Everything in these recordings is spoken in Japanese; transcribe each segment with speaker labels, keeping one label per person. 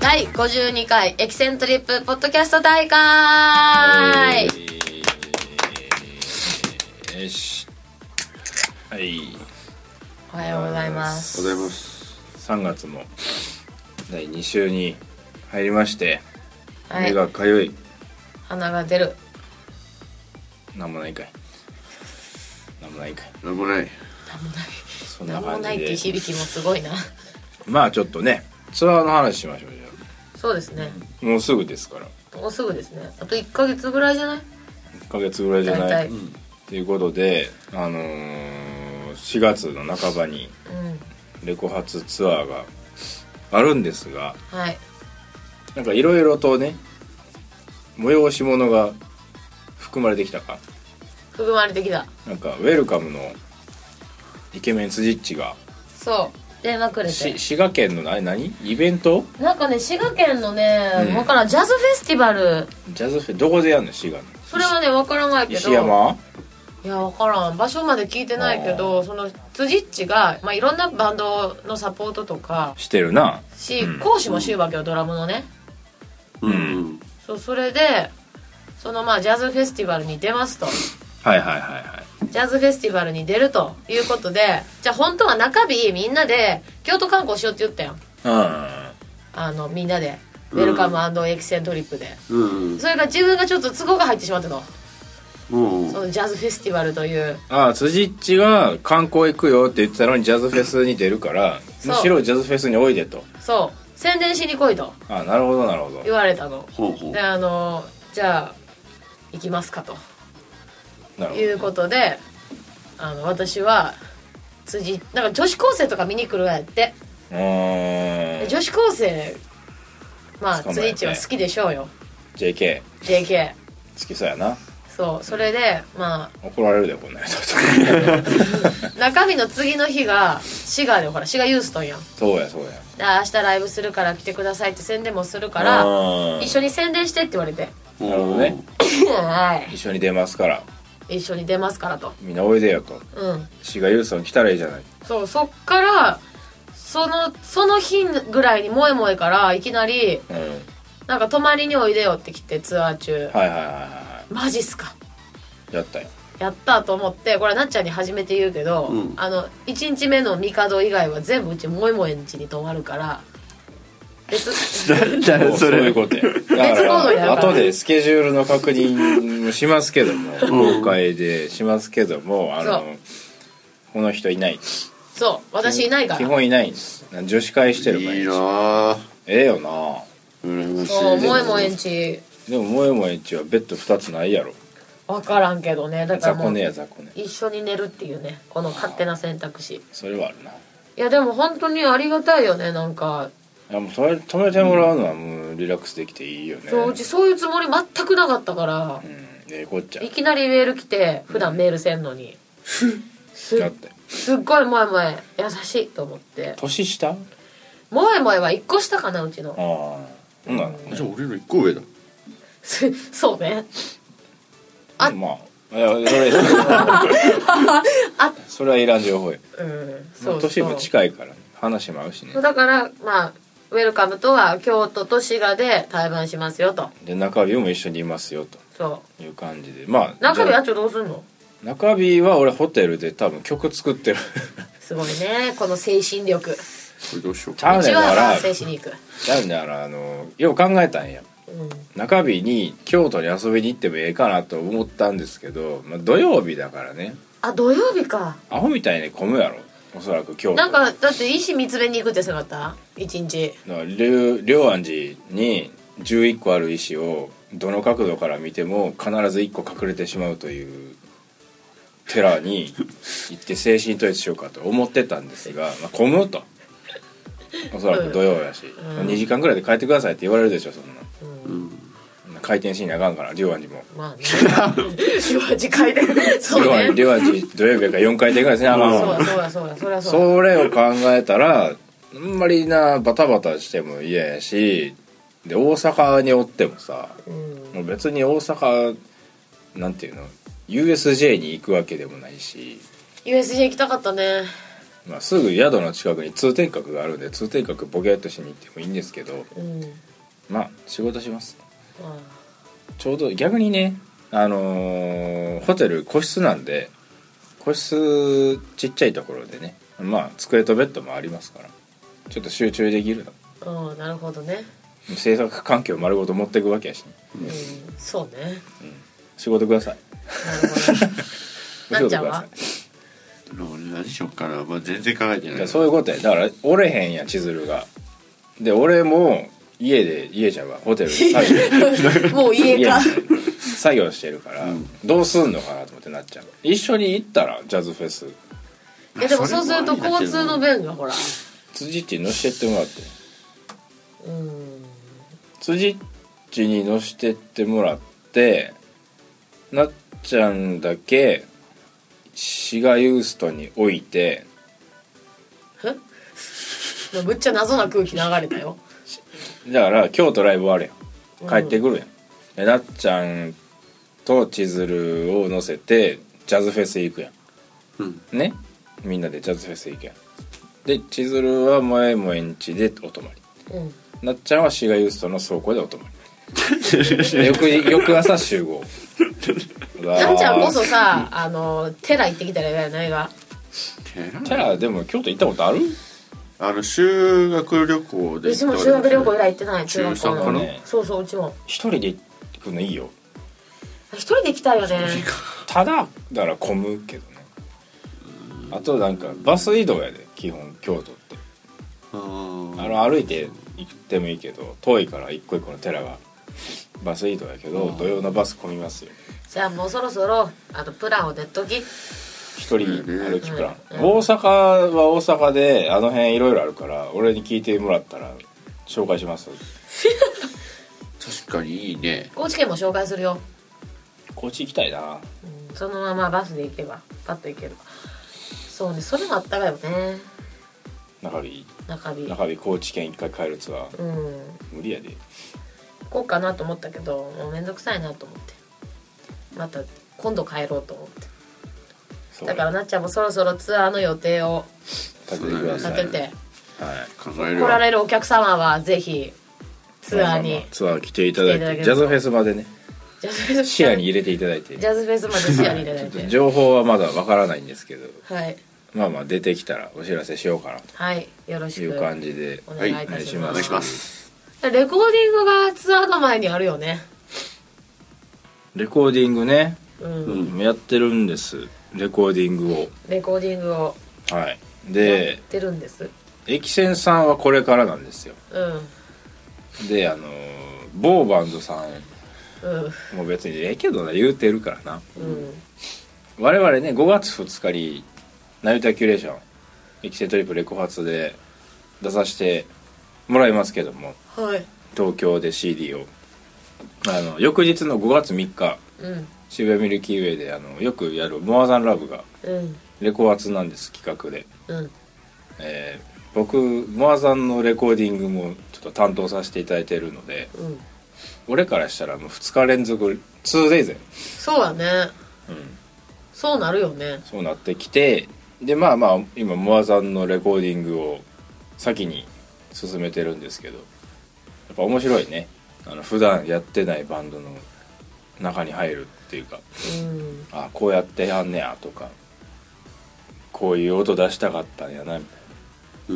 Speaker 1: 第52回エキセントリップポッドキャスト大会
Speaker 2: いよしはい
Speaker 1: おはようございます
Speaker 3: おはようございます
Speaker 2: 3月も第2週に入りまして、
Speaker 1: はい
Speaker 2: 目がかゆい
Speaker 1: 鼻が出る
Speaker 2: なんもないかいなんもないかい
Speaker 3: なんもない
Speaker 2: そんな
Speaker 1: 何も
Speaker 2: 感
Speaker 1: ない
Speaker 2: じ
Speaker 1: っていう
Speaker 2: で
Speaker 1: 響きもすごい な
Speaker 2: まあちょっとねツアーの話しましょうじゃ
Speaker 1: そうですね
Speaker 2: あもうすぐですから
Speaker 1: もうすぐですねあと1ヶ月ぐらいじゃない
Speaker 2: 1ヶ月ぐらいじゃ
Speaker 1: 大
Speaker 2: な
Speaker 1: 体
Speaker 2: いということであのー、4月の半ばに
Speaker 1: うん
Speaker 2: レコ発ツアーがあるんですが
Speaker 1: はい
Speaker 2: なんかいろいろとね催し物が含まれてきたか
Speaker 1: 含まれてきた
Speaker 2: なんかウェルカムのイケメン辻っちが
Speaker 1: そう電話くれ
Speaker 2: して滋賀県のあれ何イベント
Speaker 1: なんかね滋賀県のね、
Speaker 2: うん
Speaker 1: わからんジャズフェスティバル
Speaker 2: ジャズフェどこでやんの滋賀の
Speaker 1: それはねわからないけど
Speaker 2: 石山
Speaker 1: いやわからん場所まで聞いてないけどその辻っちが、まあ、いろんなバンドのサポートとか
Speaker 2: してるな
Speaker 1: し、
Speaker 2: うん
Speaker 1: 講師もしゅうわけよドラムのね
Speaker 3: うんん
Speaker 1: そうそれでそのまあジャズフェスティバルに出ますと
Speaker 2: はいはいはいはい
Speaker 1: ジャズフェスティバルに出るということでじゃあ本当は中日みんなで京都観光しようって言ったよ
Speaker 2: う
Speaker 1: あのみんなでウェルカムエキセントリップで、
Speaker 3: うん
Speaker 1: それが自分がちょっと都合が入ってしまったの
Speaker 3: うん
Speaker 1: そのジャズフェスティバルというん
Speaker 2: ああ辻っちが観光行くよって言ってたのにジャズフェスに出るから
Speaker 1: そう
Speaker 2: むしろジャズフェスにおいでと
Speaker 1: そう宣伝しに来いと
Speaker 2: ああなるほどなるほど
Speaker 1: 言われたの
Speaker 3: ほうほう
Speaker 1: であのじゃあ行きますかと
Speaker 2: なるほ
Speaker 1: いうことであの私は辻なんか女子高生とか見に来るわやって
Speaker 2: どうーん
Speaker 1: 女子高生まあ
Speaker 2: 捕まえて
Speaker 1: 辻一は好きでしょうよ
Speaker 2: JK
Speaker 1: JK
Speaker 2: 好きそうやな
Speaker 1: そうそれでま
Speaker 2: 怒られるでこんなやつ
Speaker 1: あ中身の次の日が滋賀でほら滋賀ユーストンやん
Speaker 2: そうやそうや
Speaker 1: で明日ライブするから来てくださいって宣伝もするから
Speaker 2: うん
Speaker 1: 一緒に宣伝してって言われて
Speaker 3: ほう
Speaker 2: なるほどね
Speaker 1: は
Speaker 2: 一緒に出ますから
Speaker 1: い一緒に出ますからと
Speaker 2: みんなおいでよと
Speaker 1: うん
Speaker 2: 志賀優さん来たらいいじゃない
Speaker 1: そうそっからそのその日ぐらいに萌え萌えからいきなり
Speaker 2: うんはい
Speaker 1: なんか泊まりにおいでよって来てツアー中
Speaker 2: はいはいはいは
Speaker 1: マジっすか
Speaker 2: い やったよ
Speaker 1: やったと思ってこれはなっちゃんに初めて言うけど、
Speaker 3: うん
Speaker 1: あの1日目の帝以外は全部うち萌え萌えん家に泊まるから 別
Speaker 3: なんだ
Speaker 2: も
Speaker 3: よ
Speaker 2: う
Speaker 3: そ
Speaker 2: そう
Speaker 3: れ
Speaker 2: いうことやだ
Speaker 1: 別行動や
Speaker 2: か
Speaker 1: からら
Speaker 2: 後でスケジュールの確認もしますけども
Speaker 3: うん
Speaker 2: 公開でしますけどもあ
Speaker 1: そう
Speaker 2: のこの人いない
Speaker 1: そう私いないか
Speaker 2: 基
Speaker 1: ら
Speaker 2: 本いないんです女子会してる毎
Speaker 3: いい
Speaker 2: 日
Speaker 3: なあ
Speaker 2: ええよな
Speaker 3: 羨ましい
Speaker 1: そう萌え萌えん
Speaker 3: ち
Speaker 1: 家
Speaker 2: でも萌え萌えんちはベッド2つないやろ
Speaker 1: 分からんけどねだから
Speaker 2: 雑
Speaker 1: も
Speaker 2: 魚
Speaker 1: う
Speaker 2: 寝や雑魚寝
Speaker 1: 一緒に寝るっていうねこの勝手な選択肢
Speaker 2: それはあるない
Speaker 1: やでも本当にありがたいよねなんか
Speaker 2: いやもうそれ止めてもらうのはもうリラックスできていいよね
Speaker 1: そううちそういうつもり全くなかったから
Speaker 2: うんええこっちゃ
Speaker 1: いきなりメール来て普段メールせんのにす
Speaker 2: だって
Speaker 1: すっごい萌え萌え優しいと思って
Speaker 2: 年下あ
Speaker 1: 萌え萌えは1個下かなうちの
Speaker 2: あほんなの
Speaker 3: じゃあ俺の一個上だ
Speaker 1: すそうねあ
Speaker 2: まあいやそれそれは それはいらん情報よ
Speaker 1: うんそう
Speaker 2: 年も
Speaker 1: い
Speaker 2: 近いからね話も合うしね
Speaker 1: だからまあウェルカムとは京都と滋賀で対バンしますよと
Speaker 2: で中日も一緒にいますよと
Speaker 1: そ
Speaker 2: いう感じでま
Speaker 1: う
Speaker 2: あ
Speaker 1: 中
Speaker 2: じ
Speaker 1: 身
Speaker 2: ゃ
Speaker 1: あ
Speaker 2: あ
Speaker 1: っちょどうすんの
Speaker 2: 中日は俺ホテルで多分曲作ってる
Speaker 1: すごいねこの精神力う
Speaker 3: これどうしよう
Speaker 2: ちゃう
Speaker 1: ち
Speaker 2: ねんな
Speaker 1: は
Speaker 2: ら
Speaker 1: 反省しに行く
Speaker 2: ちゃうねんならあのよう考えたんや
Speaker 1: うん
Speaker 2: 中日に京都に遊びに行ってもええかなと思ったんですけど、まあ、土曜日だからね
Speaker 1: あ土曜日か
Speaker 2: アホみたいに混むやろおそらく京都
Speaker 1: なんかだって医師見つめに行くってそうだった一日
Speaker 2: だから龍龍安寺に11個ある石をどの角度から見ても必ず1個隠れてしまうという寺に行って精神統一しようかと思ってたんですが、まあ、混むとおそらく土曜やし、
Speaker 1: ん
Speaker 2: まあ2時間ぐらいで帰ってくださいって言われるでしょそんな
Speaker 3: うん
Speaker 2: そんな回転しにあかんから龍安寺も。
Speaker 1: ま あね両端回転そう
Speaker 2: 龍安
Speaker 1: ね
Speaker 2: 龍安寺土曜日やから4回転ぐらいですねあまあまあ
Speaker 1: そう
Speaker 2: まあ
Speaker 1: だそうだそうだそりゃそうだ
Speaker 2: それを考えたらあんまりなバタバタしても嫌やしで大阪におってもさ
Speaker 1: うん
Speaker 2: もう別に大阪なんていうの USJ に行くわけでもないし
Speaker 1: USJ 行きたかったね
Speaker 2: まあ、すぐ宿の近くに通天閣があるんで通天閣ボケっとしに行ってもいいんですけど
Speaker 1: うん
Speaker 2: まあ仕事します
Speaker 1: あ
Speaker 2: ちょうど逆にねあのーホテル個室なんで個室ちっちゃいところでねまあ机とベッドもありますからちょっと集中できるの
Speaker 1: あなるほどね、
Speaker 2: 制作環境丸ごと持っていくわけやし、
Speaker 1: うん、そうね
Speaker 2: 仕事ください
Speaker 1: なるほどねなっ
Speaker 2: お仕事
Speaker 1: ちゃん
Speaker 2: くだ
Speaker 1: は
Speaker 2: さ
Speaker 3: 俺何しよっかな、まあ、全然考えて
Speaker 2: い
Speaker 3: ない
Speaker 2: いやそういうことやだから折れへんや千鶴がで俺も家で家じゃんはホテルで 作業
Speaker 1: もう家
Speaker 2: 家
Speaker 1: か
Speaker 2: で作業してるから、
Speaker 3: うん
Speaker 2: どうすんのかなと思ってなっちゃう一緒に行ったらジャズフェス
Speaker 1: いやでもそうすると交通の便がほら
Speaker 2: 辻っちに乗せてってもらって
Speaker 1: うん
Speaker 2: 辻っちに乗せてってもらってなっちゃんだけ滋賀ユーストに置いて
Speaker 1: まあむっちゃ謎な空気流れたよ
Speaker 2: だから京都ライブある
Speaker 1: うん
Speaker 2: やん帰ってくるやん、でなっちゃんと千鶴を乗せてジャズフェス行くや
Speaker 3: うん
Speaker 2: んねみんなでジャズフェス行くやんで千鶴は萌え萌えんちでお泊ま
Speaker 1: うん
Speaker 2: りなっちゃんは滋賀ユーストの倉庫でお泊まりで翌日翌朝集合
Speaker 1: なんちゃんこそさあの寺行ってきたら嫌やないが
Speaker 2: じゃあでも京都行ったことある
Speaker 3: あの修学旅行で
Speaker 1: うちも修学旅行以来行ってない中
Speaker 3: 中
Speaker 1: 学校
Speaker 3: 3か
Speaker 1: の
Speaker 3: な
Speaker 2: ね
Speaker 1: そうそううちも
Speaker 2: 一人で行くのいいよ
Speaker 1: 一人で行きたいよね
Speaker 2: ただだから混むけどねあとなんかバス移動やで基本京都って
Speaker 3: あー
Speaker 2: あの歩いて行ってもいいけど遠いから一個一個の寺がバス移動やけど土曜のバス混みますよ
Speaker 1: じゃあもうそろそろあのプランを出っとき
Speaker 2: 一人歩きプラン
Speaker 1: うん
Speaker 2: 大阪は大阪であの辺いろいろあるから俺に聞いてもらったら紹介します
Speaker 3: 確かにいいね
Speaker 1: 高知県も紹介するよ、
Speaker 2: 高知行きたいな
Speaker 1: うんそのままバスで行けばパッと行けるそうねそれもあったかいよね
Speaker 2: 中日
Speaker 1: 中日
Speaker 2: 中日高知県一回帰るツアー
Speaker 1: うん
Speaker 2: 無理やで
Speaker 1: 行こうかなと思ったけどもうめんどくさいなと思ってまた今度帰ろうと思って
Speaker 2: そう
Speaker 1: だからなっちゃんもそろそろツアーの予定を
Speaker 2: 立ててください
Speaker 1: 立てて
Speaker 2: はい
Speaker 3: 考える
Speaker 1: 来ら
Speaker 3: わ
Speaker 1: れるお客様はぜひツアー
Speaker 2: まあまあ
Speaker 1: に
Speaker 2: まあツアー来ていただ
Speaker 1: 来
Speaker 2: い
Speaker 1: ていただけ
Speaker 2: て
Speaker 1: る
Speaker 2: ジャズフェスまでね
Speaker 1: ジャズフェス
Speaker 2: 視野に入れていただいて
Speaker 1: ジャズフェスまで視野に入れられ
Speaker 2: ちょっと
Speaker 1: て
Speaker 2: 情報はまだわからないんですけど
Speaker 1: はい
Speaker 2: まあまあ出てきたらお知らせしようかな
Speaker 1: はいよろ
Speaker 2: と
Speaker 1: し
Speaker 2: い
Speaker 1: く
Speaker 2: う感じで
Speaker 1: お願いい
Speaker 2: お願
Speaker 1: た
Speaker 2: い
Speaker 1: し
Speaker 2: し
Speaker 1: ます,、
Speaker 2: ます
Speaker 3: お願い します
Speaker 1: レコーディングがツアーの前にあるよね
Speaker 2: レコーディングね
Speaker 1: うん、
Speaker 3: うん
Speaker 2: やってるんですレコーディングを
Speaker 1: レコーディングを
Speaker 2: はい
Speaker 1: やっ
Speaker 2: で
Speaker 1: てるんです、
Speaker 2: 駅船さんはこれからなんですよであのー某バンドさん
Speaker 1: うんうん
Speaker 2: も別にええけどな言うてるからな
Speaker 1: うん
Speaker 2: 我々ね5月2日に「ナユタキュレーション」「エキセトリップレコ発」で出させてもらいますけども
Speaker 1: はい
Speaker 2: 東京で CD をあの翌日の5月3日
Speaker 1: うん
Speaker 2: 渋谷ミルキーウェイであのよくやる「モアザンラブ」が
Speaker 1: うん
Speaker 2: レコ発なんです企画で、
Speaker 1: うん
Speaker 2: えー僕モアザンのレコーディングもちょっと担当させていただいてるので
Speaker 1: うん
Speaker 2: 俺からしたらもう2日連続 2days や
Speaker 1: そうだね
Speaker 2: うん
Speaker 1: そうなるよね
Speaker 2: そうなってきてでまあまあ今モアさんのレコーディングを先に進めてるんですけどやっぱ面白いねあの普段やってないバンドの中に入るっていうか
Speaker 1: うん
Speaker 2: あこうやってやんねやとかこういう音出したかったんやなみたい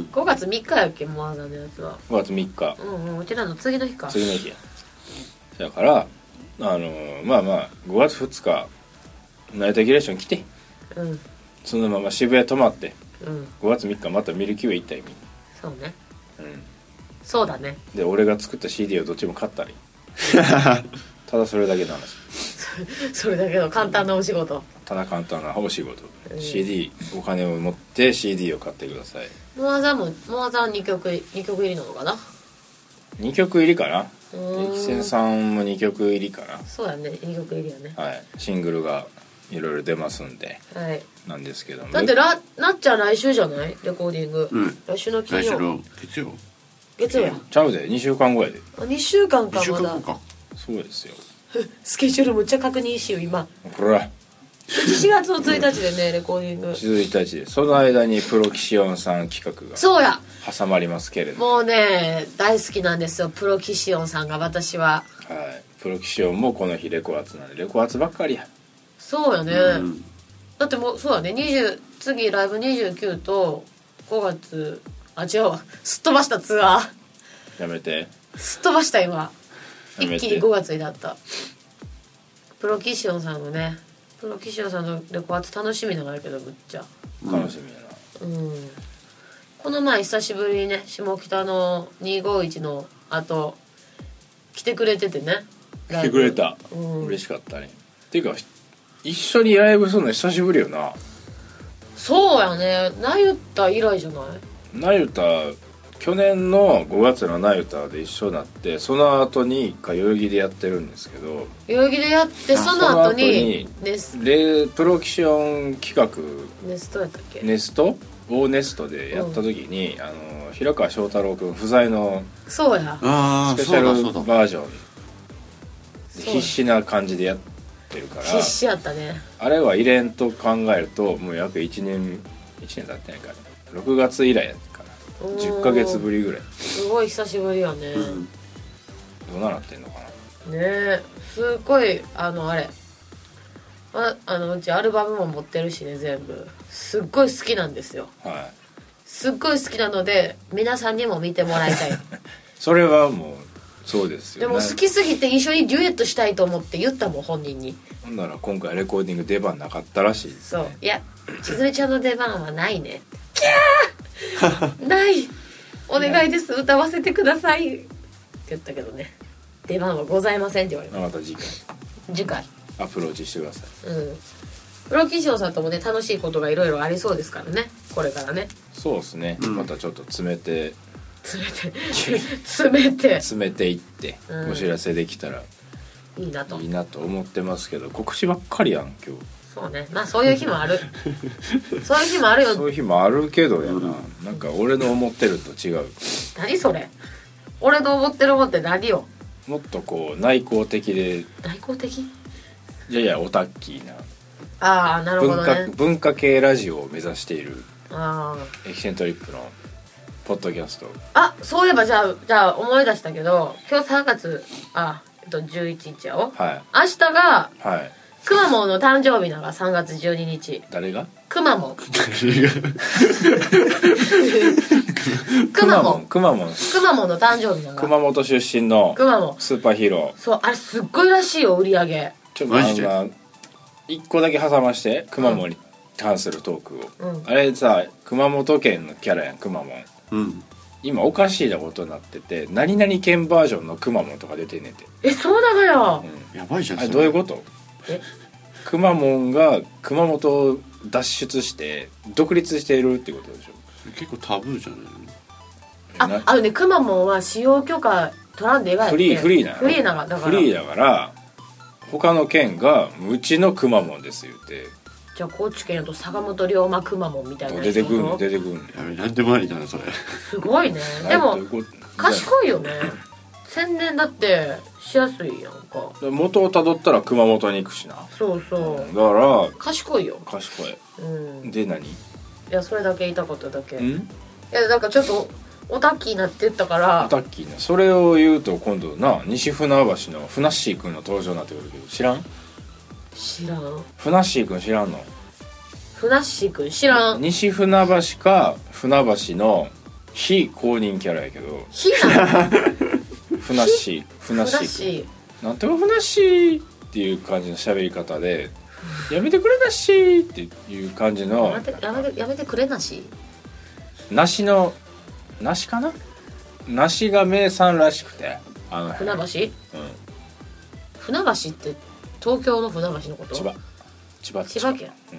Speaker 1: 5月3日やっけモアザのやつは
Speaker 2: な5月3日
Speaker 1: うんうんうちらの次の日か
Speaker 2: 次の日やだからあのーまあまあ5月2日成田ギレーション来て
Speaker 1: うん
Speaker 2: そのまま渋谷泊まって
Speaker 1: うん
Speaker 2: 5月3日またミルキーウェイ行ったよみん
Speaker 1: そうね
Speaker 2: なうん
Speaker 1: そうだね
Speaker 2: で俺が作った CD をどっちも買ったりただそれだけの話
Speaker 1: それだけの簡単なお仕事
Speaker 2: ただ簡単なお仕事、
Speaker 1: うん
Speaker 2: CD お金を持って CD を買ってください
Speaker 1: モアザもモアザ2曲二曲入りなのかな
Speaker 2: 2曲入りかな
Speaker 1: う
Speaker 2: 駅
Speaker 1: ー
Speaker 2: 船
Speaker 1: ん
Speaker 2: さんも2曲入りか
Speaker 1: そうやね2曲入りやね
Speaker 2: なはいシングルがいろいろ出ますんで
Speaker 1: はい
Speaker 2: なんですけども
Speaker 1: だってラなっちゃん来週じゃないレコーディング、
Speaker 3: うん
Speaker 1: 来週の金
Speaker 3: 来週
Speaker 1: 曜
Speaker 3: の月曜
Speaker 1: 月曜や
Speaker 2: ちゃうで2週間後やで
Speaker 1: 2週間
Speaker 3: 一
Speaker 1: か
Speaker 3: 週
Speaker 1: ま
Speaker 3: 間
Speaker 1: だ
Speaker 3: 後か
Speaker 2: そうですよ
Speaker 1: スケジュールむっちゃ確認しよう今
Speaker 2: こら
Speaker 1: 4月の1日でねレコーディング
Speaker 2: 続いたちその間にプロキシオンさん企画が
Speaker 1: そうや
Speaker 2: 挟まりますけれども、
Speaker 1: もうね大好きなんですよプロキシオンさんが私は
Speaker 2: はい、プロキシオンもこの日レコアツなんでレコアツばっかりや
Speaker 1: そうよね、
Speaker 3: うん
Speaker 1: だってもうそうだね20次ライブ29と5月あ違うわすっ飛ばしたツアー
Speaker 2: やめて
Speaker 1: すっ飛ばした今
Speaker 2: やめ
Speaker 1: 一
Speaker 2: て
Speaker 1: 気に5月になったプロキシオンさんのねプロキシオンさんのレコアツ楽しみなんだけどむっちゃ
Speaker 2: 楽しみやな、
Speaker 1: うんこの前久しぶりにね下北の251の後来てくれててね
Speaker 2: 来てくれた、
Speaker 1: うん
Speaker 2: 嬉しかったねっていうか一緒にライブするの久しぶりよな
Speaker 1: そうやねナユタ以来じゃない
Speaker 2: なゆた去年の5月のなゆたで一緒になってその後に代々木でやってるんですけど
Speaker 1: 代々木でやってその後にネス
Speaker 2: レプロキシオン企画
Speaker 1: ネストやったっけ、
Speaker 2: ネストオーネストでやった時に、あの平川翔太郎君不在の
Speaker 1: そうや
Speaker 3: あ
Speaker 2: ス
Speaker 3: あ
Speaker 2: ペシ
Speaker 3: そ
Speaker 2: ャ
Speaker 3: うだ
Speaker 2: ル
Speaker 3: そうだ
Speaker 2: バージョンで
Speaker 1: そう
Speaker 2: 必死な感じでやってるから
Speaker 1: 必死やったね
Speaker 2: あれは入れんと考えるともう約1年1年経ってないから6月以来やから
Speaker 1: おー
Speaker 2: 10ヶ月ぶりぐらい
Speaker 1: すごい久しぶりやね、
Speaker 3: うん
Speaker 2: どうなってんのかな
Speaker 1: ねえすごいあのあれああのうちアルバムも持ってるしね全部すっごい好きなんですよ
Speaker 2: はい
Speaker 1: すっごい好きなので皆さんにも見てもらいたい
Speaker 2: それはもうそうです
Speaker 1: で
Speaker 2: よ
Speaker 1: も好きすぎて一緒にデュエットしたいと思って言ったもん本人に
Speaker 2: ほんなら今回レコーディング出番なかったらしいです
Speaker 1: そういや千鶴ちゃんの出番はない ねキャーないお願いです歌わせてくださいって言ったけどね出番はございませんって言われま
Speaker 2: また次回
Speaker 1: す次回
Speaker 2: アプローチしてください
Speaker 1: うんプロ棋士さんともね楽しいことがいろいろありそうですからねこれからね
Speaker 2: そうですね、
Speaker 3: うん
Speaker 2: またちょっと詰めて
Speaker 1: 詰めて詰めて
Speaker 2: 詰めていって
Speaker 1: うん
Speaker 2: お知らせできたら
Speaker 1: いいなと
Speaker 2: いいなと思ってますけど告知ばっかりやん今
Speaker 1: そうねまあそういう日も あるそういう日もある
Speaker 2: 日そう
Speaker 1: よ
Speaker 2: いう日もあるけどやな、なんか俺の思ってると違う
Speaker 1: 何それ俺の思ってるもんって何よ
Speaker 2: もっとこう内向的で
Speaker 1: 内向的
Speaker 2: ややオタッキーな
Speaker 1: ああなるほ
Speaker 2: 文
Speaker 1: ど
Speaker 2: 化,、
Speaker 1: ね
Speaker 2: 文化系ラジオを目指している
Speaker 1: ああ
Speaker 2: エキセントリックのポッドキャスト
Speaker 1: あそういえばじゃあじゃあ思い出したけど今日3月あえっと11日やろ
Speaker 2: はい
Speaker 1: 明日が
Speaker 2: はい
Speaker 1: くまモンの誕生日なが3月12日
Speaker 2: 誰が
Speaker 1: くまモンくまモン
Speaker 2: くまモン
Speaker 1: くまモンの誕生日なが
Speaker 2: 熊本出身の
Speaker 1: くまモン
Speaker 2: スーパーヒーロー
Speaker 1: そうあれすっごいらしいよ売り上げ
Speaker 2: ちょっと
Speaker 3: マジで
Speaker 2: あの一個だけ挟まして熊本に関するトークを、
Speaker 1: うん
Speaker 2: あれさ熊本県のキャラやん熊本
Speaker 3: うん
Speaker 2: 今おかしいなことになってて何々県バージョンの熊本とか出てんねんて
Speaker 1: えそうなのよ
Speaker 3: やばいじゃん
Speaker 2: あれ
Speaker 3: そ
Speaker 2: どういうこと
Speaker 1: え
Speaker 2: 熊本が熊本を脱出して独立しているってことでしょ
Speaker 3: 結構タブーじゃない
Speaker 1: ああのねくまモンは使用許可取らんでええがや
Speaker 2: フリーフリーなの
Speaker 1: フリーながだか
Speaker 2: フ
Speaker 1: ら
Speaker 2: リーだから他の県がうちの熊本です言って
Speaker 1: じゃあ高知県やと坂本龍馬くまモンみたいな
Speaker 2: 出てくんねん
Speaker 1: 人
Speaker 2: 出てくんねん
Speaker 3: やべなんでもありだなそれ
Speaker 1: すごいねで
Speaker 2: あ
Speaker 1: も
Speaker 2: れどういうこと
Speaker 1: 賢いよね宣伝だってしやすいやんか
Speaker 2: 元をたどったら熊本に行くしなだか
Speaker 1: そうそう
Speaker 2: ら
Speaker 1: 賢いよ
Speaker 2: 賢
Speaker 1: うん
Speaker 2: い
Speaker 1: い
Speaker 2: で何
Speaker 1: やそれだけ言いたかっただけい
Speaker 2: ん
Speaker 1: やなんかちょっとオタッキーになってったから
Speaker 2: タッキーなそれを言うと今度な西船橋のふなっしーくんの登場になってくるけど知らん
Speaker 1: 知らん
Speaker 2: ふなっしーくん知らんの
Speaker 1: ふなっしーくん知らん
Speaker 2: 西船橋か船橋の非公認キャラやけど
Speaker 1: ひな
Speaker 2: ふなっしーふ
Speaker 1: ふな
Speaker 2: なっ
Speaker 1: っ
Speaker 2: しー
Speaker 1: し
Speaker 2: くんなんとかふなっしーっていう感じの喋り方で「やめてくれなっしー」っていう感じ
Speaker 1: ー
Speaker 2: の
Speaker 1: やめてやめてやめてくれなし
Speaker 2: 梨の梨かな梨が名産らしくてあの
Speaker 1: 船橋
Speaker 2: うん
Speaker 1: 船橋って東京の船橋のこと
Speaker 2: 千葉千葉
Speaker 1: 千葉県
Speaker 2: うん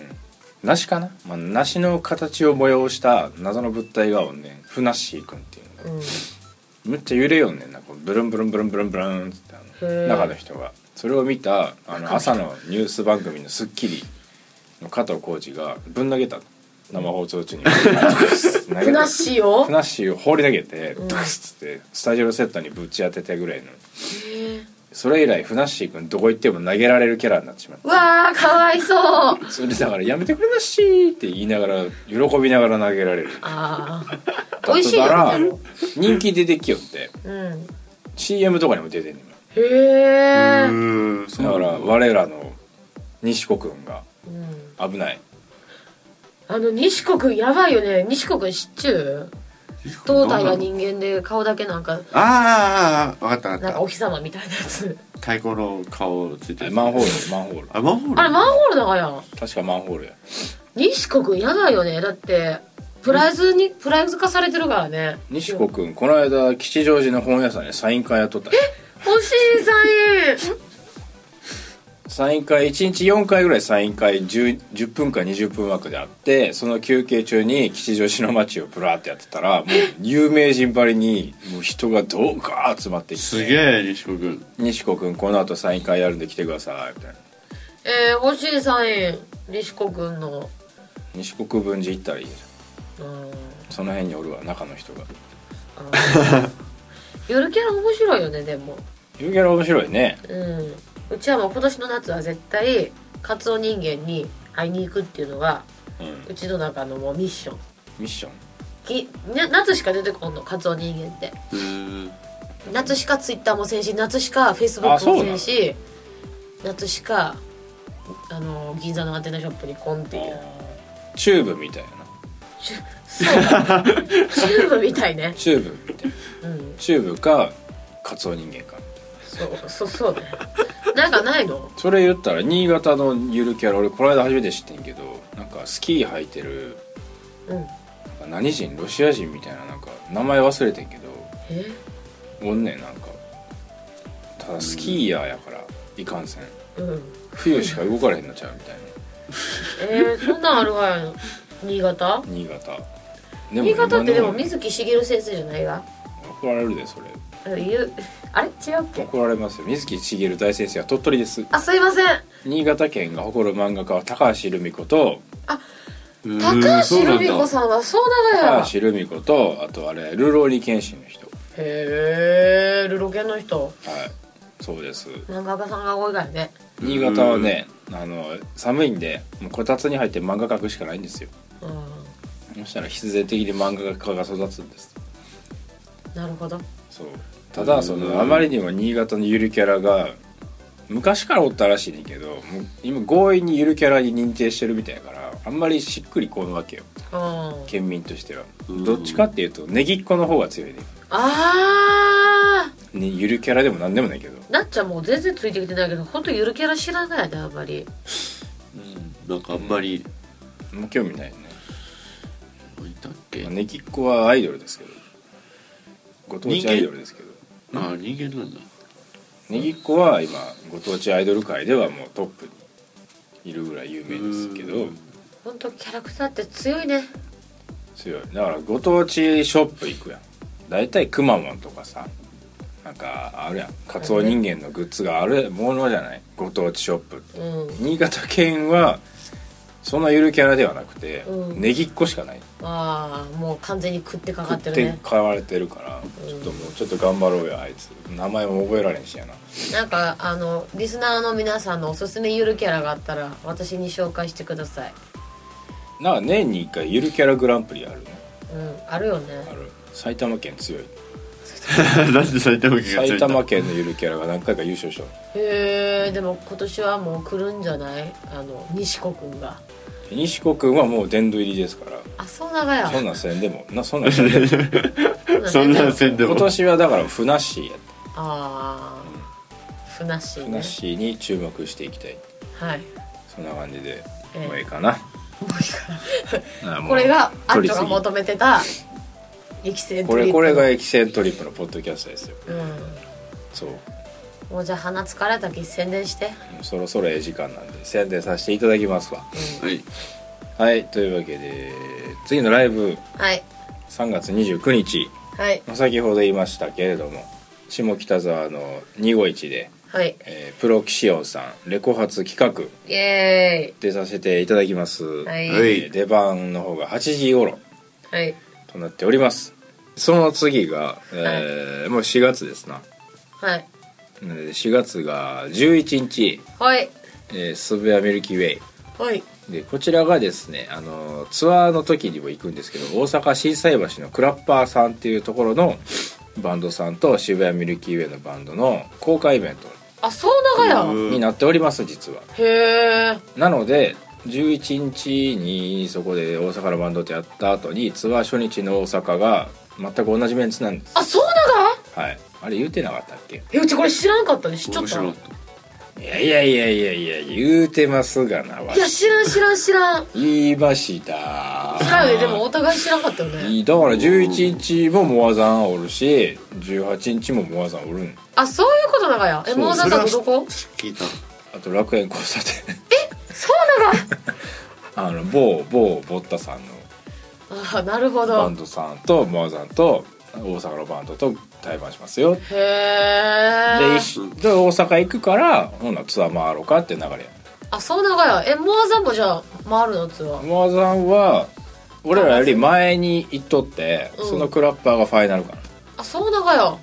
Speaker 2: 梨かな、まあ、梨の形を模様した謎の物体がおんねんふなっしーくんっていうのが
Speaker 1: うん
Speaker 2: むっちゃ揺れよんねんなこうブルンブルンブルンブルンブルンってあ
Speaker 1: へ
Speaker 2: の
Speaker 1: ー
Speaker 2: 中の人がそれを見た
Speaker 1: 中
Speaker 2: あの
Speaker 1: の人
Speaker 2: 朝のニュース番組の『スッキリ』の加藤浩次がぶん投げたの生放 送中に投げ
Speaker 1: ふな
Speaker 2: た
Speaker 1: っしーを
Speaker 2: ふなっしーを放り投げて
Speaker 1: うん
Speaker 2: ドクッつってスタジオのセットにぶち当てたぐらい
Speaker 1: へ
Speaker 2: の
Speaker 1: ー
Speaker 2: それ以来ふなっしーくんどこ行っても投げられるキャラになってしまう
Speaker 1: うわーかわいそう
Speaker 2: それだから「やめてくれなっしー」って言いながら喜びながら投げられる
Speaker 1: あー美味しい
Speaker 2: だ
Speaker 1: よ
Speaker 2: から
Speaker 1: ね
Speaker 2: 人気出てきよって
Speaker 1: うん、
Speaker 2: CM とかにも出てんねん
Speaker 1: へえ、うん
Speaker 3: ーんそ
Speaker 2: だ
Speaker 3: う
Speaker 2: か
Speaker 3: な
Speaker 2: ら
Speaker 3: ん
Speaker 2: 我らの西子くんが危ない
Speaker 1: あの西子くんやばいよね西子くん知っちゅう胴体が人間で顔だけなんか
Speaker 3: あーあーあーわかったわ
Speaker 1: なんか
Speaker 3: か
Speaker 1: お
Speaker 3: っ
Speaker 1: 日様みたいなやつ
Speaker 3: た太鼓の顔ついてる
Speaker 2: マンホールマンホール
Speaker 3: あマンホール
Speaker 1: あれマンホールだから
Speaker 2: 確かマンホールや
Speaker 1: 西子くんやばいよねだってプライズにプライズ化されてるからね
Speaker 2: 西子くんこの間吉祥寺の本屋さんでサイン会やっとった
Speaker 1: 欲しいサイン
Speaker 2: サイン会1日4回ぐらいサイン会 10, 10分か20分枠であってその休憩中に吉祥寺の街をブラーってやってたらもう有名人ばりにもう人がどうか集まってき
Speaker 3: す
Speaker 2: て
Speaker 3: げえ西子くん
Speaker 2: 「西子くんこの後サイン会やるんで来てください」みたいな
Speaker 1: えー、欲しいサイン西子くんの
Speaker 2: 「西子区分寺行ったらいいじ
Speaker 1: うん
Speaker 2: ゃんその辺におるわ中の人が」
Speaker 1: あーゆるキャラ面白いよねでも
Speaker 2: ゆるキャラ面白いね
Speaker 1: うんうちはもう今年の夏は絶対カツオ人間に会いに行くっていうのが
Speaker 2: うん
Speaker 1: うちの中のもうミッション
Speaker 2: ミッション
Speaker 1: きな夏しか出てこんのカツオ人間って
Speaker 3: うーん
Speaker 1: 夏しかツイッターもせんし夏しかフェイスブッ
Speaker 2: あ
Speaker 1: ク
Speaker 2: そう
Speaker 1: も
Speaker 2: な
Speaker 1: せ
Speaker 2: の
Speaker 1: んし夏しかあの銀座のアンテナショップにコンっていう
Speaker 2: チューブみたいな
Speaker 1: そうチューブみたいね
Speaker 2: チューブみたい
Speaker 1: う
Speaker 2: な
Speaker 1: ん
Speaker 2: チューブかカツオ人間か
Speaker 1: そうそうそうねなんかないの
Speaker 2: それ言ったら新潟のゆるキャラ俺この間初めて知ってんけどなんかスキー履いてる
Speaker 1: うん
Speaker 2: なんか何人ロシア人みたいななんか名前忘れてんけど
Speaker 1: え
Speaker 2: おんねんなんかただスキーヤーやからいかんせん
Speaker 1: うん
Speaker 2: 冬しか動かれへんのちゃうみたい
Speaker 1: えー、そんなんあるわよ新潟
Speaker 2: な新潟で
Speaker 1: 新潟ってでも
Speaker 2: 今の
Speaker 1: 水木しげる先生じゃないが
Speaker 2: 怒られるでそれ
Speaker 1: あ言うあれ違うっけ
Speaker 2: 怒られますよ水木しげる大先生は鳥取です
Speaker 1: あすいません
Speaker 2: 新潟県が誇る漫画家は高橋留美子と
Speaker 3: うーん
Speaker 1: 高
Speaker 3: そ
Speaker 1: 橋
Speaker 3: うな
Speaker 1: 留
Speaker 3: ん
Speaker 1: 美
Speaker 3: だ
Speaker 1: 子さんはそうなのよ
Speaker 2: 高橋留美子とあとあれルローニケンシンの人
Speaker 1: へえルロケンの人
Speaker 2: はいそうです
Speaker 1: 漫画家さんが多いからね
Speaker 2: 新潟はねあの寒いんでもうこたつに入って漫画描くしかないんですよ
Speaker 1: うん
Speaker 2: そしたら必然的に漫画家が育つんです
Speaker 1: なるほど
Speaker 2: そうただそのあまりにも新潟のゆるキャラが昔からおったらしいねんけどもう今強引にゆるキャラに認定してるみたいやからあんまりしっくりこんわけよ
Speaker 1: うん
Speaker 2: 県民としては
Speaker 3: うん
Speaker 2: どっちかっていうとネギっ子の方が強いね
Speaker 1: あ
Speaker 2: ねゆるキャラでもなんでもないけど
Speaker 1: ーなっちゃんもう全然ついてきてないけどほんとゆるキャラ知らないねあんまり
Speaker 3: なんかあんまり
Speaker 2: もう興味ないね
Speaker 3: いたっけ
Speaker 2: まあネギっ子はアイドルですけどご当地アイドルですけど
Speaker 3: あー人間なんだ
Speaker 2: ネギっ子は今ご当地アイドル界ではもうトップにいるぐらい有名ですけ
Speaker 3: う
Speaker 2: ど
Speaker 3: ん
Speaker 1: ほんとキャラクターって強いね
Speaker 2: 強いだからご当地ショップ行くやん大体くまモンとかさなんかあるやんカツオ人間のグッズがあるものじゃないご当地ショップって
Speaker 1: うん
Speaker 2: 新潟県はそんなゆるキャラではなくて、
Speaker 1: うん
Speaker 2: ネギっ子しかない
Speaker 1: ああもう完全に食ってかか
Speaker 2: 食
Speaker 1: っ
Speaker 2: って
Speaker 1: る
Speaker 2: て
Speaker 1: ね
Speaker 2: 買われてるから、ちょっともうちょっと頑張ろうよあいつ名前も覚えられんしやな
Speaker 1: なんかあのリスナーの皆さんのおすすめゆるキャラがあったら私に紹介してください
Speaker 2: なんか年に1回ゆるキャラグランプリあるね
Speaker 1: うんあるよね
Speaker 2: ある埼玉県強い
Speaker 3: なんで埼玉県がつい
Speaker 2: 埼
Speaker 3: た
Speaker 2: 玉県のゆるキャラが何回か優勝したの
Speaker 1: へえでも今年はもう来るんじゃないあの西子くんが
Speaker 2: 西子くんはもう殿堂入りですから
Speaker 1: あそう長や
Speaker 2: そんなんせんでもなそんなんせんで も
Speaker 3: そんなんせんでも
Speaker 2: 今年はだからふなっしーやっ
Speaker 1: ああふなっしー
Speaker 2: たふな
Speaker 1: ね
Speaker 2: っしーに注目していきたい
Speaker 1: はい
Speaker 2: そんな感じで
Speaker 1: ええ
Speaker 2: もういいかな、ああもう
Speaker 1: これがアッ
Speaker 2: 取
Speaker 1: チョ
Speaker 2: りす
Speaker 1: が
Speaker 2: ぎ
Speaker 1: 求めてた力戦
Speaker 2: こ
Speaker 1: トリッ
Speaker 2: れ
Speaker 1: プ
Speaker 2: これがエキセントリップのポッドキャストですよ
Speaker 1: うん
Speaker 2: そうも
Speaker 1: もうじゃあ鼻疲れたき宣伝して
Speaker 2: うそろそろええ時間なんで宣伝させていただきますわ
Speaker 3: はい
Speaker 2: はいというわけで次のライブ
Speaker 1: はい
Speaker 2: 3月29日
Speaker 1: はい
Speaker 2: 先ほど言いましたけれども下北沢の251で、
Speaker 1: はい
Speaker 2: えープロキシオンさんレコ発企画
Speaker 1: イエ
Speaker 2: 出させていただきます、
Speaker 1: ーイは
Speaker 2: え
Speaker 1: い
Speaker 3: は
Speaker 1: はい
Speaker 3: い
Speaker 2: ー出番の方が8時頃
Speaker 1: はい
Speaker 2: となっておりますその次が、えーもう4月ですな
Speaker 1: はい
Speaker 2: なので4月が11日、
Speaker 1: はい
Speaker 2: えー、渋谷ミルキーウェイ
Speaker 1: はい
Speaker 2: でこちらがですねあのツアーの時にも行くんですけど大阪心斎橋のクラッパーさんっていうところのバンドさんと渋谷ミルキーウェイのバンドの公開イベン
Speaker 1: あそう長や
Speaker 3: う
Speaker 2: トになっております実は
Speaker 1: へえ
Speaker 2: なので11日にそこで大阪のバンドとやった後にツアー初日の大阪が全く同じメンツなんです
Speaker 1: あそう長
Speaker 2: はいあれ言うてなかったっけ
Speaker 1: えうちこれ知らんかったね知っちゃっ
Speaker 3: 面
Speaker 1: た
Speaker 3: 白かっ
Speaker 1: い
Speaker 2: いやいやいやいやいや言うてますがなわ
Speaker 1: や知らん知らん知らん
Speaker 2: 言いました
Speaker 1: 知らんよでもお互い知らんかったよね
Speaker 2: いいだから11日もモアザンおるし18日もモアザンおるん
Speaker 1: あそういうこと長やえ
Speaker 2: そう
Speaker 1: もうなんかどこ
Speaker 3: 聞いた
Speaker 2: あと楽園交差点
Speaker 1: そう長や
Speaker 2: あの某某ボッタさんの
Speaker 1: あーなるほ
Speaker 2: バ
Speaker 1: ど
Speaker 2: ンドさんとモアザンと大阪のバンドと対バンしますよで
Speaker 1: へえ
Speaker 2: 一緒で大阪行くからほなツアー回ろうかって流れや
Speaker 1: あそう長やえモアザンもじゃあ回るのツアー
Speaker 2: モアザンは俺らより前に行っとって、
Speaker 1: うん
Speaker 2: そのクラッパーがファイナルかな
Speaker 1: あそう長や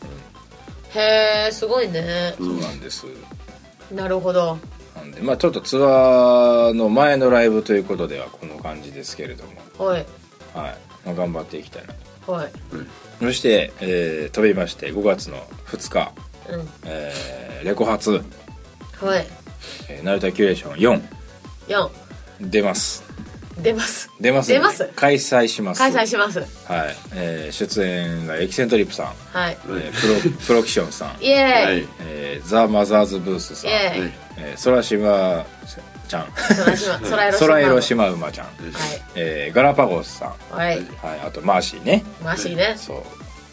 Speaker 1: へえすごいね
Speaker 2: そうなんです
Speaker 1: なるほど
Speaker 2: なんでまあちょっとツアーの前のライブということではこの感じですけれども
Speaker 1: はい
Speaker 2: はい、まあ、頑張っていきたいなと
Speaker 1: はい
Speaker 2: そして、えー飛びまして5月の2日、
Speaker 1: うん
Speaker 2: えーレコ発、
Speaker 1: はい
Speaker 2: えー、ナルタキュレーション
Speaker 1: 4
Speaker 2: 4出ます
Speaker 1: 出ます
Speaker 2: 出ます、
Speaker 1: 出ます
Speaker 2: 開催します
Speaker 1: 開催します
Speaker 2: はい、えー出演がエキセントリップさん、
Speaker 1: はい
Speaker 2: えー プロプロキションさん、
Speaker 1: イエ
Speaker 3: は
Speaker 1: ーイ
Speaker 3: い
Speaker 2: えーザ・マザーズ・ブース
Speaker 1: イ
Speaker 2: さん、
Speaker 1: エ
Speaker 3: は
Speaker 1: ーイ
Speaker 3: い
Speaker 2: えー空島ちゃん
Speaker 1: 空島空色
Speaker 2: 空色島馬ちゃん、えーガラパゴスさん、
Speaker 1: はいはい
Speaker 2: はい、あとマーシーね
Speaker 1: マシーね
Speaker 2: そう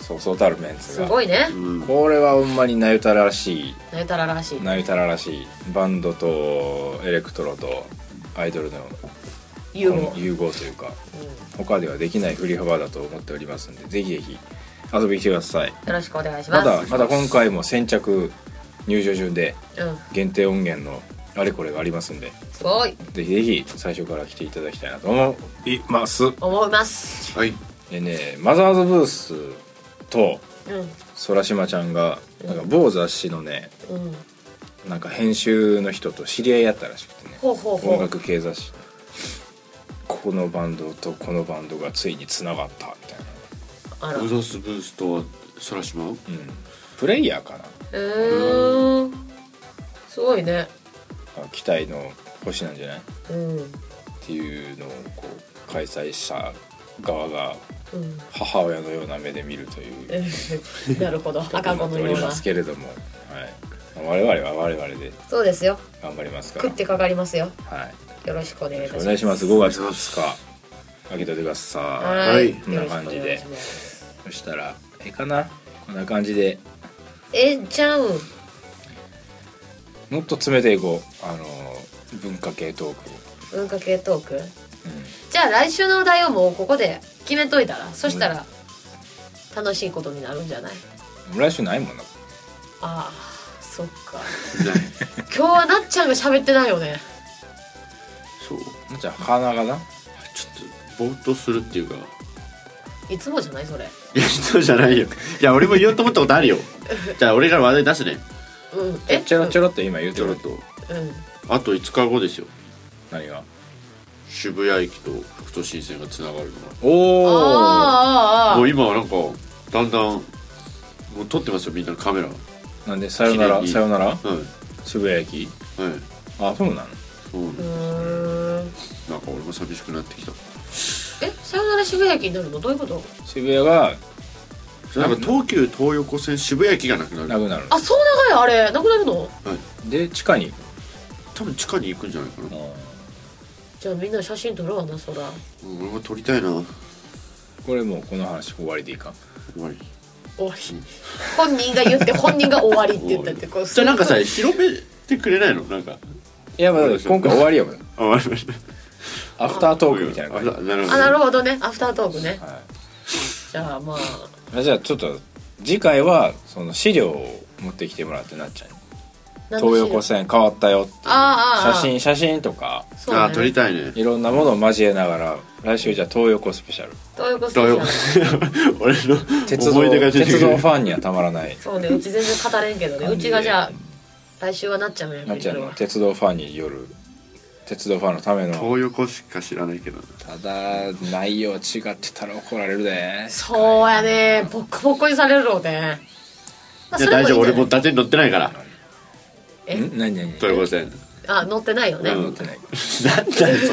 Speaker 2: そうそうたるメンツ
Speaker 1: す
Speaker 2: が
Speaker 1: ごいね
Speaker 3: うん
Speaker 2: これはほんまにナユタらしい
Speaker 1: なゆたららしい
Speaker 2: ナユタラらしいバンドとエレクトロとアイドルの
Speaker 1: 融合
Speaker 2: 融合というか
Speaker 1: うんよ
Speaker 2: 他ではできない振り幅だと思っておりますんでぜひぜひ遊びに来てください
Speaker 1: ろしくお願いしま
Speaker 2: ますだまだ今回も先着入場順で
Speaker 1: うん
Speaker 2: 限定音源のあれこれがありますんです
Speaker 1: ごい
Speaker 2: ぜひぜひ最初から来ていただきたいなと思います
Speaker 1: 思います
Speaker 3: はい
Speaker 2: でねマザーズブースと
Speaker 1: うん
Speaker 2: 空島ちゃんがなんか某雑誌のね
Speaker 1: うん
Speaker 2: なんか編集の人と知り合いやったらしくてね
Speaker 1: ほうほうほ
Speaker 2: 音
Speaker 1: う
Speaker 2: 楽系雑誌このバンドとこのバンドがついにつながったみたいな、
Speaker 1: あら
Speaker 3: ブ
Speaker 1: う
Speaker 3: ザスブースとは空島
Speaker 2: うん、プレイヤーかな
Speaker 1: ーんすごいね
Speaker 2: 期待の星なんじゃないっ
Speaker 1: うん
Speaker 2: ていうのをこう開催者側が
Speaker 1: うん
Speaker 2: 母親のような目で見るという
Speaker 1: うんなる ほど
Speaker 2: こと
Speaker 1: 赤
Speaker 2: にな
Speaker 1: 子
Speaker 2: って
Speaker 1: の
Speaker 2: お
Speaker 1: よう
Speaker 2: り
Speaker 1: な
Speaker 2: ますけれども、はい、我々は我々で
Speaker 1: そうですよ
Speaker 2: 頑張りますから
Speaker 1: 食ってかかりますよ
Speaker 2: はい、
Speaker 1: よろしくお願いいた
Speaker 2: お
Speaker 1: し
Speaker 2: 願
Speaker 1: ま
Speaker 2: い
Speaker 1: す
Speaker 2: します5月2日開けといてくださ
Speaker 3: はい
Speaker 1: よ
Speaker 2: こんな
Speaker 1: ろしくお願
Speaker 2: 感
Speaker 1: い
Speaker 2: じで
Speaker 1: します
Speaker 2: いそしたらええかなこんな感じで
Speaker 1: えじゃん
Speaker 2: もっと詰めていこうあのー文化系トークを、
Speaker 1: 文化系トーク
Speaker 2: うん
Speaker 1: じゃあ来週のお題をもうここで決めといたらそしたら楽しいことになるんじゃない
Speaker 2: 来週ないもんな
Speaker 1: ああそっか 今日はなっちゃんが喋ってないよね
Speaker 3: そう
Speaker 2: じゃあ鼻がな
Speaker 3: ちょっとぼーっとするっていうか
Speaker 1: いつもじゃないそれ
Speaker 3: いやそうじゃないよいや俺も言おうと思ったことあ るよじゃあ俺から話題出すね
Speaker 1: うん
Speaker 2: ちょちょろちょ
Speaker 1: ろ
Speaker 2: ろって今言うて
Speaker 3: ちょろ
Speaker 2: る
Speaker 3: っと
Speaker 1: うん
Speaker 3: あと5日後ですよ
Speaker 2: 何が
Speaker 3: 渋谷駅と副都心線がつながるの
Speaker 2: おお
Speaker 1: あ
Speaker 3: が
Speaker 1: ーあーあ
Speaker 3: もう今はなんかだんだんもう撮ってますよみんなカメラはい
Speaker 2: なんでさよな
Speaker 3: 記念
Speaker 2: ら
Speaker 3: に
Speaker 2: さよなら
Speaker 3: はい
Speaker 2: 渋谷駅あそうなの
Speaker 3: そう
Speaker 1: ーうーん
Speaker 3: なんか俺も寂しくなってきた
Speaker 1: えさよなら渋谷駅になるのどういうこと
Speaker 2: 渋谷が
Speaker 3: なんか東急東横線渋谷駅がなくな
Speaker 2: な
Speaker 3: る
Speaker 2: くなる
Speaker 1: あそう長いあれなくなるの
Speaker 2: で地下に行く
Speaker 3: 多分地下に行くんじゃないかな
Speaker 1: じゃあみんな写真撮ろうなそら
Speaker 3: うん俺も撮りたいな
Speaker 2: これもうこの話終わりでいいか
Speaker 3: 終わり
Speaker 1: 終わり本人が言って本人が終わりって言ったってこう
Speaker 3: じゃあなんかさ広めてくれないのなんか
Speaker 2: いやまあ
Speaker 3: そうでしょ
Speaker 2: 今回終わりやもん
Speaker 3: あ終わりました
Speaker 2: アフタートークみたいな感じ、
Speaker 3: あなるほ
Speaker 1: あなるほどねアフタートークね
Speaker 2: は
Speaker 1: じゃあまあ
Speaker 2: い、じゃあちょっと次回はその資料を持ってきてもらってなっちゃう
Speaker 1: 何の資料
Speaker 2: 東横線変わったよっていう
Speaker 1: あーあーあー
Speaker 2: 写真写真とか
Speaker 1: そう
Speaker 3: あ
Speaker 1: だ
Speaker 3: ー撮り
Speaker 1: ね
Speaker 3: たいね
Speaker 2: いろんなものを交えながら来週じゃあ東横スペシャル
Speaker 1: 東横スペシ
Speaker 3: どうよ
Speaker 1: ャル
Speaker 3: 俺の
Speaker 2: 鉄道
Speaker 3: 思い出が出て
Speaker 2: 鉄
Speaker 3: く
Speaker 2: 道
Speaker 3: る
Speaker 2: ファンにはたま らない
Speaker 1: そうねうち全然語れんけ どねうちがじゃあ来週はなっちゃうのよ
Speaker 2: なっちゃんの鉄道ファンによる鉄道ファンのための
Speaker 3: 東横しか知らないけどな
Speaker 2: ただ内容違ってたら怒られるで
Speaker 1: そうやねボッコボコにされるろうね、まあ
Speaker 3: い
Speaker 1: そ
Speaker 3: や
Speaker 1: れ
Speaker 3: 大丈夫
Speaker 1: いい
Speaker 3: 俺
Speaker 1: んじゃない
Speaker 3: もう伊達に乗ってないから
Speaker 1: え
Speaker 2: ん何何
Speaker 3: 東横線
Speaker 1: あ乗ってないよね、
Speaker 3: うん
Speaker 2: 乗ってない
Speaker 3: なんだよ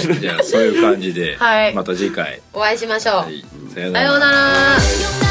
Speaker 3: それ
Speaker 2: じゃあそういう感じで、
Speaker 1: はい
Speaker 2: また次回、
Speaker 1: お会いしましょう、
Speaker 2: はいさよう
Speaker 1: さようなら
Speaker 4: 「夜な夜な